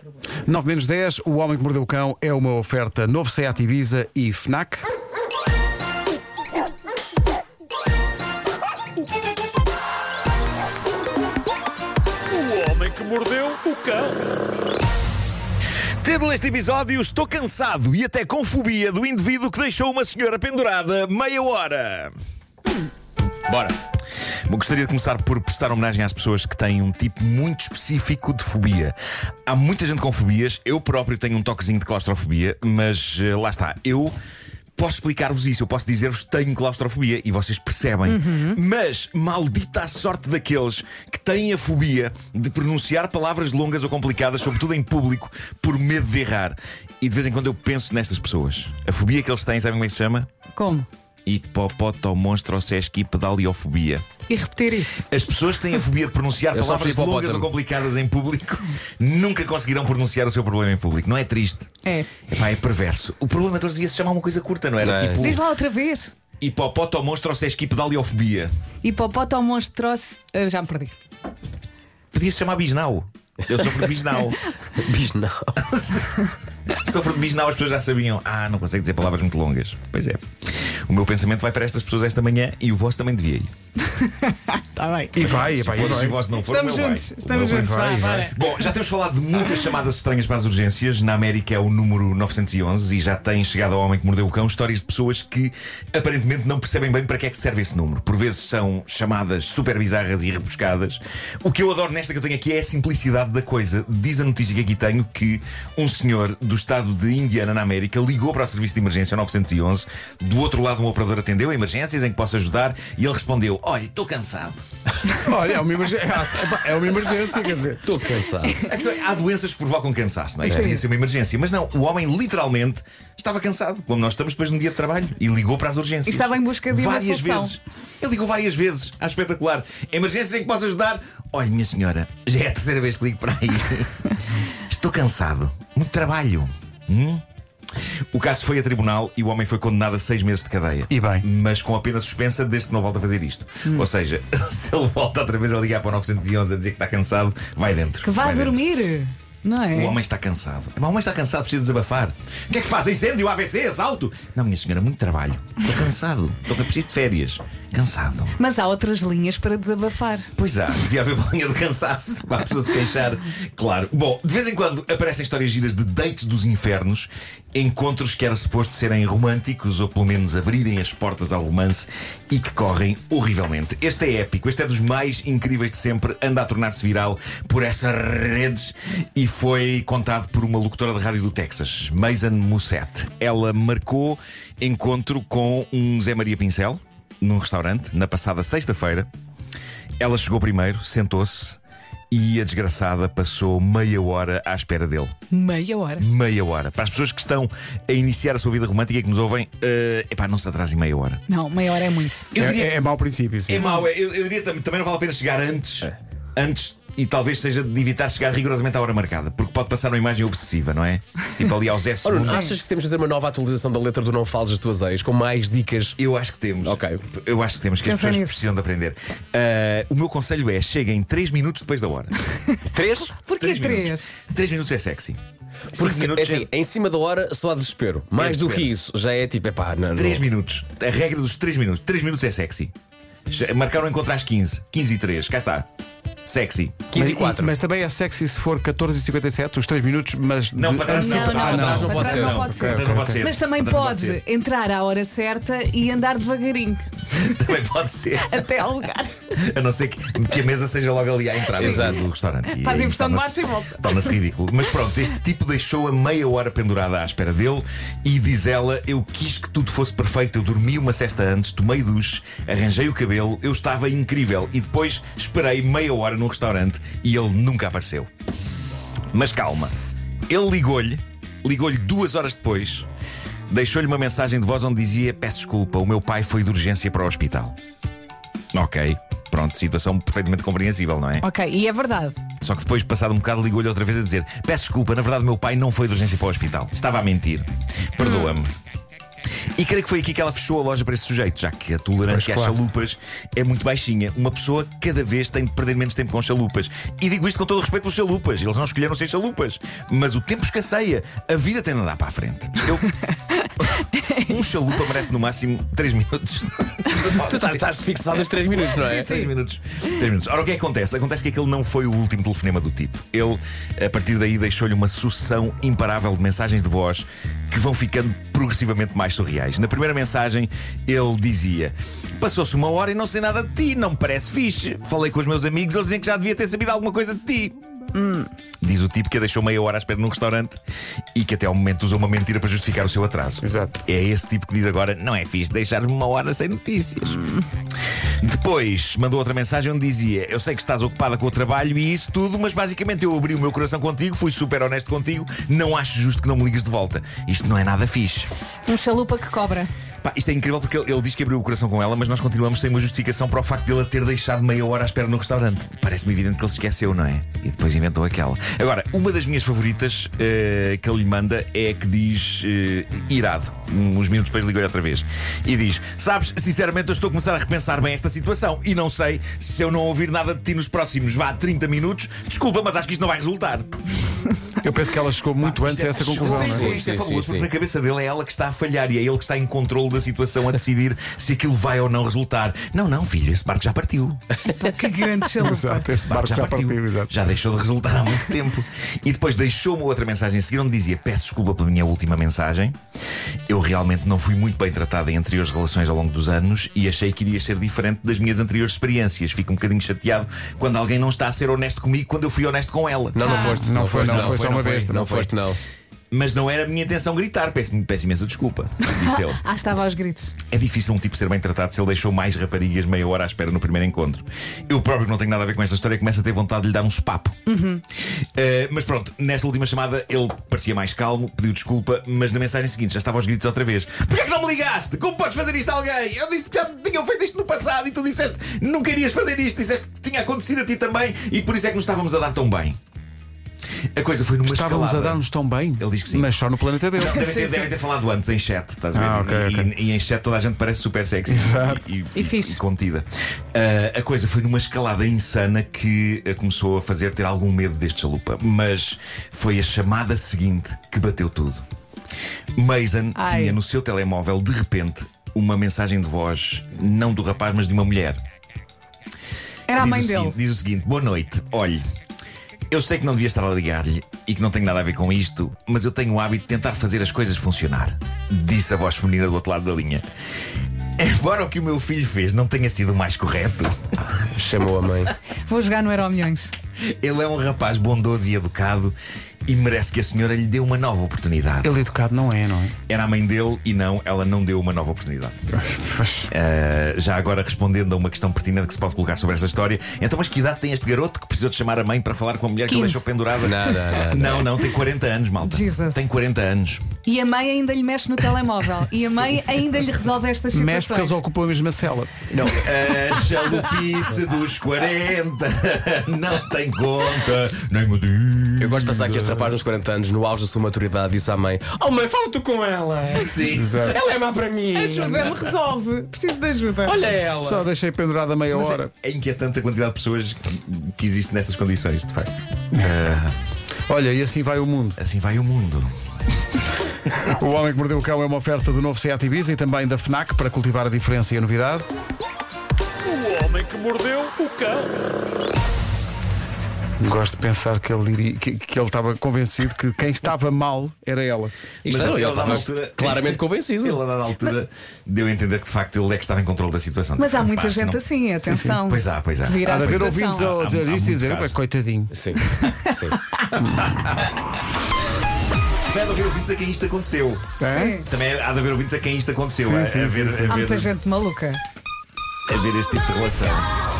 problema. 9 menos 10, o Homem que Mordeu o Cão é uma oferta novo Seat Ibiza e Fnac. O homem que mordeu o cão. Tendo este episódio, estou cansado e até com fobia do indivíduo que deixou uma senhora pendurada meia hora. Bora. Bom, gostaria de começar por prestar homenagem às pessoas que têm um tipo muito específico de fobia. Há muita gente com fobias, eu próprio tenho um toquezinho de claustrofobia, mas eh, lá está, eu posso explicar-vos isso, eu posso dizer-vos que tenho claustrofobia e vocês percebem. Mas maldita a sorte daqueles que têm a fobia de pronunciar palavras longas ou complicadas, sobretudo em público, por medo de errar. E de vez em quando eu penso nestas pessoas. A fobia que eles têm, sabem como é que se chama? Como? Hipopotomonstrossesqui pedaliofobia. E repetir isso. As pessoas que têm a fobia de pronunciar Eu só palavras fui hipopótamo. longas ou complicadas em público nunca conseguirão pronunciar o seu problema em público. Não é triste? É. Epá, é perverso. O problema deles devia se chamar uma coisa curta, não Não era? é? Tipo Diz lá outra vez. hipopotomonstrossesquipedaliofobia. Hipopótamo monstro trouxe. Ah, já me perdi. Podia se chamar bisnau. Eu sofro de bisnau. Bisnau. sofro de bisnau, as pessoas já sabiam. Ah, não consigo dizer palavras muito longas. Pois é. O meu pensamento vai para estas pessoas esta manhã e o vosso também devia ir. Está Tá bem. E vai, e vai, e Se vai. o vosso não for, Estamos o meu vai. juntos, O estamos meu vai. juntos. Vá, vai, bora. Bom, já temos falado de muitas chamadas estranhas para as urgências. Na América é o número 911 e já tem chegado ao homem que mordeu o cão histórias de pessoas que aparentemente não percebem bem para que é que serve esse número. Por vezes são chamadas super bizarras e rebuscadas. O que eu adoro nesta que eu tenho aqui é a simplicidade da coisa. Diz a notícia que aqui tenho que um senhor do estado de Indiana, na América, ligou para o serviço de emergência ao 911. Do outro lado, um operador atendeu emergências em que posso ajudar e ele respondeu: Olha, estou cansado. Olha, é uma emergência, é uma emergência, quer dizer. Estou cansado. A questão é, há doenças que provocam cansaço, não é? Isto devia ser uma emergência. Mas não, o homem literalmente estava cansado, como nós estamos depois de um dia de trabalho, e ligou para as urgências. E estava em busca de uma Várias solução. vezes. Ele ligou várias vezes. Ah, espetacular. Emergências em que posso ajudar? Olha, minha senhora, já é a terceira vez que ligo para aí. Estou cansado. Muito trabalho. Hum? O caso foi a tribunal e o homem foi condenado a seis meses de cadeia. E bem. Mas com a pena suspensa desde que não volta a fazer isto. Hum. Ou seja, se ele volta outra vez a ligar para o 911 a dizer que está cansado, vai dentro. Que vá Vai dentro. dormir. Não é? O homem está cansado. Mas O homem está cansado, precisa desabafar. O que é que se passa? Incêndio, AVC, assalto? Não, minha senhora, muito trabalho. Estou cansado. Estou preciso de férias. Cansado. Mas há outras linhas para desabafar. Pois há, devia haver bolinha de cansaço para a pessoa se queixar. Claro. Bom, de vez em quando aparecem histórias giras de dates dos infernos, encontros que era suposto serem românticos ou pelo menos abrirem as portas ao romance e que correm horrivelmente. Este é épico, este é dos mais incríveis de sempre, anda a tornar-se viral por essas redes e foi contado por uma locutora de rádio do Texas, Maison Musset. Ela marcou encontro com um Zé Maria Pincel num restaurante na passada sexta-feira. Ela chegou primeiro, sentou-se e a desgraçada passou meia hora à espera dele. Meia hora. Meia hora. Para as pessoas que estão a iniciar a sua vida romântica e que nos ouvem, eh, epá, não se atrasem meia hora. Não, meia hora é muito. Eu É, diria, é, é mau princípio, é sim. mau, é- eu, eu diria tam- também não vale a pena chegar antes. Antes. E talvez seja de evitar chegar rigorosamente à hora marcada, porque pode passar uma imagem obsessiva, não é? Tipo ali aos 10 Ora, segundos. Nuno, achas que temos de fazer uma nova atualização da letra do Não Fales das Tuas Ex com mais dicas? Eu acho que temos. Ok. Eu acho que temos, que Pensa as pessoas nisso. precisam de aprender. Ah, o meu conselho é: cheguem 3 minutos depois da hora. Três? Porquê três? Minutos. 3 minutos é sexy. Cinco Porque, é minutos assim, em cima da hora só há desespero. Mais do que desespero. isso, já é tipo, é pá, não. não. 3 minutos. A regra dos 3 minutos. 3 minutos é sexy. Já- Marcar um encontro às 15. 15 e 3. Cá está. Sexy. 15 e Mas- 4. Mas também é sexy se for 14h57, os 3 minutos, mas. Não, de- para trás Não, não. não, Ah, para trás não pode pode ser. ser. Para trás não pode ser. Mas também Para trás não pode entrar à hora certa e andar devagarinho ser. Também pode ser. até ao lugar. A não ser que, que a mesa seja logo ali à entrada Exato. do restaurante. E Faz aí inversão de marcha torna-se- e volta. Torna-se ridículo. Mas pronto, este tipo deixou a meia hora pendurada à espera dele e diz ela: Eu quis que tudo fosse perfeito. Eu dormi uma cesta antes, tomei duche, arranjei o cabelo, eu estava incrível. E depois esperei meia hora num restaurante e ele nunca apareceu. Mas calma, ele ligou-lhe, ligou-lhe duas horas depois, deixou-lhe uma mensagem de voz onde dizia: Peço desculpa, o meu pai foi de urgência para o hospital. Ok, pronto, situação perfeitamente compreensível, não é? Ok, e é verdade. Só que depois, passado um bocado, ligou-lhe outra vez a dizer: Peço desculpa, na verdade, meu pai não foi de urgência para o hospital. Estava a mentir. Perdoa-me. E creio que foi aqui que ela fechou a loja para esse sujeito, já que a tolerância Pois, claro. às chalupas é muito baixinha. Uma pessoa cada vez tem de perder menos tempo com chalupas. E digo isto com todo o respeito pelos chalupas. Eles não escolheram ser chalupas. Mas o tempo escasseia. A vida tem de andar para a frente. Eu- um chalupa merece no máximo 3 minutos. Tu estás, estás fixado nos 3 minutos, não é? 3 minutos. Três minutos. Ora, o que é que acontece? Acontece que aquele não foi o último telefonema do tipo. Ele, a partir daí, deixou-lhe uma sucessão imparável de mensagens de voz que vão ficando progressivamente mais surreais. Na primeira mensagem, ele dizia: Passou-se uma hora e não sei nada de ti, não me parece fixe. Falei com os meus amigos, eles dizem que já devia ter sabido alguma coisa de ti. Diz o tipo que a deixou meia hora à espera num restaurante e que até ao momento usou uma mentira para justificar o seu atraso. Exato. É esse tipo que diz agora: não é fixe deixar-me uma hora sem notícias. Depois mandou outra mensagem onde dizia: Eu sei que estás ocupada com o trabalho e isso tudo, mas basicamente eu abri o meu coração contigo, fui super honesto contigo, não acho justo que não me ligues de volta. Isto não é nada fixe. Um chalupa que cobra. Pá, isto é incrível porque ele, ele diz que abriu o coração com ela, mas nós continuamos sem uma justificação para o facto de ele a ter deixado meia hora à espera no restaurante. Parece-me evidente que ele se esqueceu, não é? E depois inventou aquela. Agora, uma das minhas favoritas eh, que ele lhe manda é a que diz eh, irado. Um- Uns minutos depois ligou-lhe outra vez. E diz: Sabes, sinceramente, eu estou a começar a repensar bem esta situação e não sei se eu não ouvir nada de ti nos próximos, vá, 30 minutos. Desculpa, mas acho que isto não vai resultar. Eu penso que ela chegou muito Ah, antes a essa conclusão, Sim, não é? sim, isto é Sim, fabuloso, sim, porque sim. na cabeça dele é ela que está a falhar e é ele que está em controle da situação a decidir se aquilo vai ou não resultar. Não, não, filho, esse barco já partiu. Que grande chalupa. é? Exato, esse barco já partiu, exato. Já deixou de resultar há muito tempo. E depois deixou-me outra mensagem a seguir onde dizia: Peço desculpa pela minha última mensagem. Eu realmente não fui muito bem tratado em anteriores relações ao longo dos anos e achei que iria ser diferente das minhas anteriores experiências. Fico um bocadinho chateado quando alguém não está a ser honesto comigo quando eu fui honesto com ela. Não, não foste. Não foi, não, foi só uma foi, vez, Não, não foi. foste, não. Mas não era a minha intenção gritar. Peço, peço imensa desculpa, disse ele. Ah, estava aos gritos. É difícil um tipo ser bem tratado se ele deixou mais raparigas meia hora à espera no primeiro encontro. Eu próprio não tenho nada a ver com esta história, começo a ter vontade de lhe dar um sopapo. Eh, mas pronto, nesta última chamada ele parecia mais calmo, pediu desculpa, mas na mensagem seguinte já estava aos gritos outra vez: Porquê é que não me ligaste? Como podes fazer isto a alguém? Eu disse que já tinham feito isto no passado e tu disseste não querias fazer isto, disseste que tinha acontecido a ti também e por isso é que nos estávamos a dar tão bem. A coisa foi numa Estávamos a um escalada. dar-nos tão bem, Ele diz que sim. mas só no planeta dele. Devem ter, devem ter falado antes em chat, estás a ver? Ah, ok, e, ok. e- e em chat toda a gente parece super sexy e, E fixe. contida. Ah, a coisa foi numa escalada insana que a começou a fazer ter algum medo deste chalupa, mas foi a chamada seguinte que bateu tudo. Mason Ai. tinha no seu telemóvel, de repente, uma mensagem de voz, não do rapaz, mas de uma mulher. Era a Diz mãe o dele. seguinte- diz o seguinte: Boa noite, olhe. Eu sei que não devia estar a ligar-lhe e que não tenho nada a ver com isto, mas eu tenho o hábito de tentar fazer as coisas funcionar, disse a voz feminina do outro lado da linha. Embora o que o meu filho fez não tenha sido o mais correto, Chamou a mãe. Vou jogar no Euro Milhões. ele é um rapaz bondoso e educado e merece que a senhora lhe dê uma nova oportunidade. Ele educado não é, não é? Era a mãe dele e não, ela não deu uma nova oportunidade. Uh, já agora respondendo a uma questão pertinente que se pode colocar sobre esta história, então, mas que idade tem este garoto que precisou de chamar a mãe para falar com a mulher que ele 15. deixou pendurada? Nada, nada. Não, não, tem 40 anos, malta. Jesus. Tem 40 anos. E a mãe ainda lhe mexe no telemóvel. E a mãe ainda lhe resolve estas situações. Mexe porque eles ocupam a mesma cela. Não, A Eh, chalupice dos 40 não tem conta, nem me diz. eu gosto de pensar que este rapaz nos 40 anos, no auge da sua maturidade, disse à mãe: Oh mãe, fala tu com ela! Sim. Ela é má para mim! Ajuda-me, resolve. Preciso de ajuda. Olha ela! Só deixei pendurada meia Mas hora. É, é inquietante a quantidade de pessoas que- que existe nestas condições, de facto. Uh, Olha, e assim vai o mundo. assim vai o mundo. O Homem que Mordeu o Cão é uma oferta do novo Seat Ibiza e também da FNAC para cultivar a diferença e a novidade. O homem que mordeu o cão. Gosto de pensar que ele, diria, que, que ele estava convencido que quem estava mal era ela. Isto é Mas não, é ele ele dá uma estava altura- claramente Ele, convencido. a dada altura, deu a entender que, de facto, ele é que estava em controle da situação. Mas há Pá, muita se gente não- assim, atenção. Pois há, pois há. Vira Há de a haver situação. ouvidos a Há- dizer há- há isto e muito dizer, caso. "Epá, coitadinho. Sim, sim. assim. Deve haver ouvintes a quem isto aconteceu. Hã? Também há de haver ouvintes a quem isto aconteceu. Sim, É- a, sim, a sim, ver, sim. a Há ver- muita gente maluca. a ver este é tipo de relação.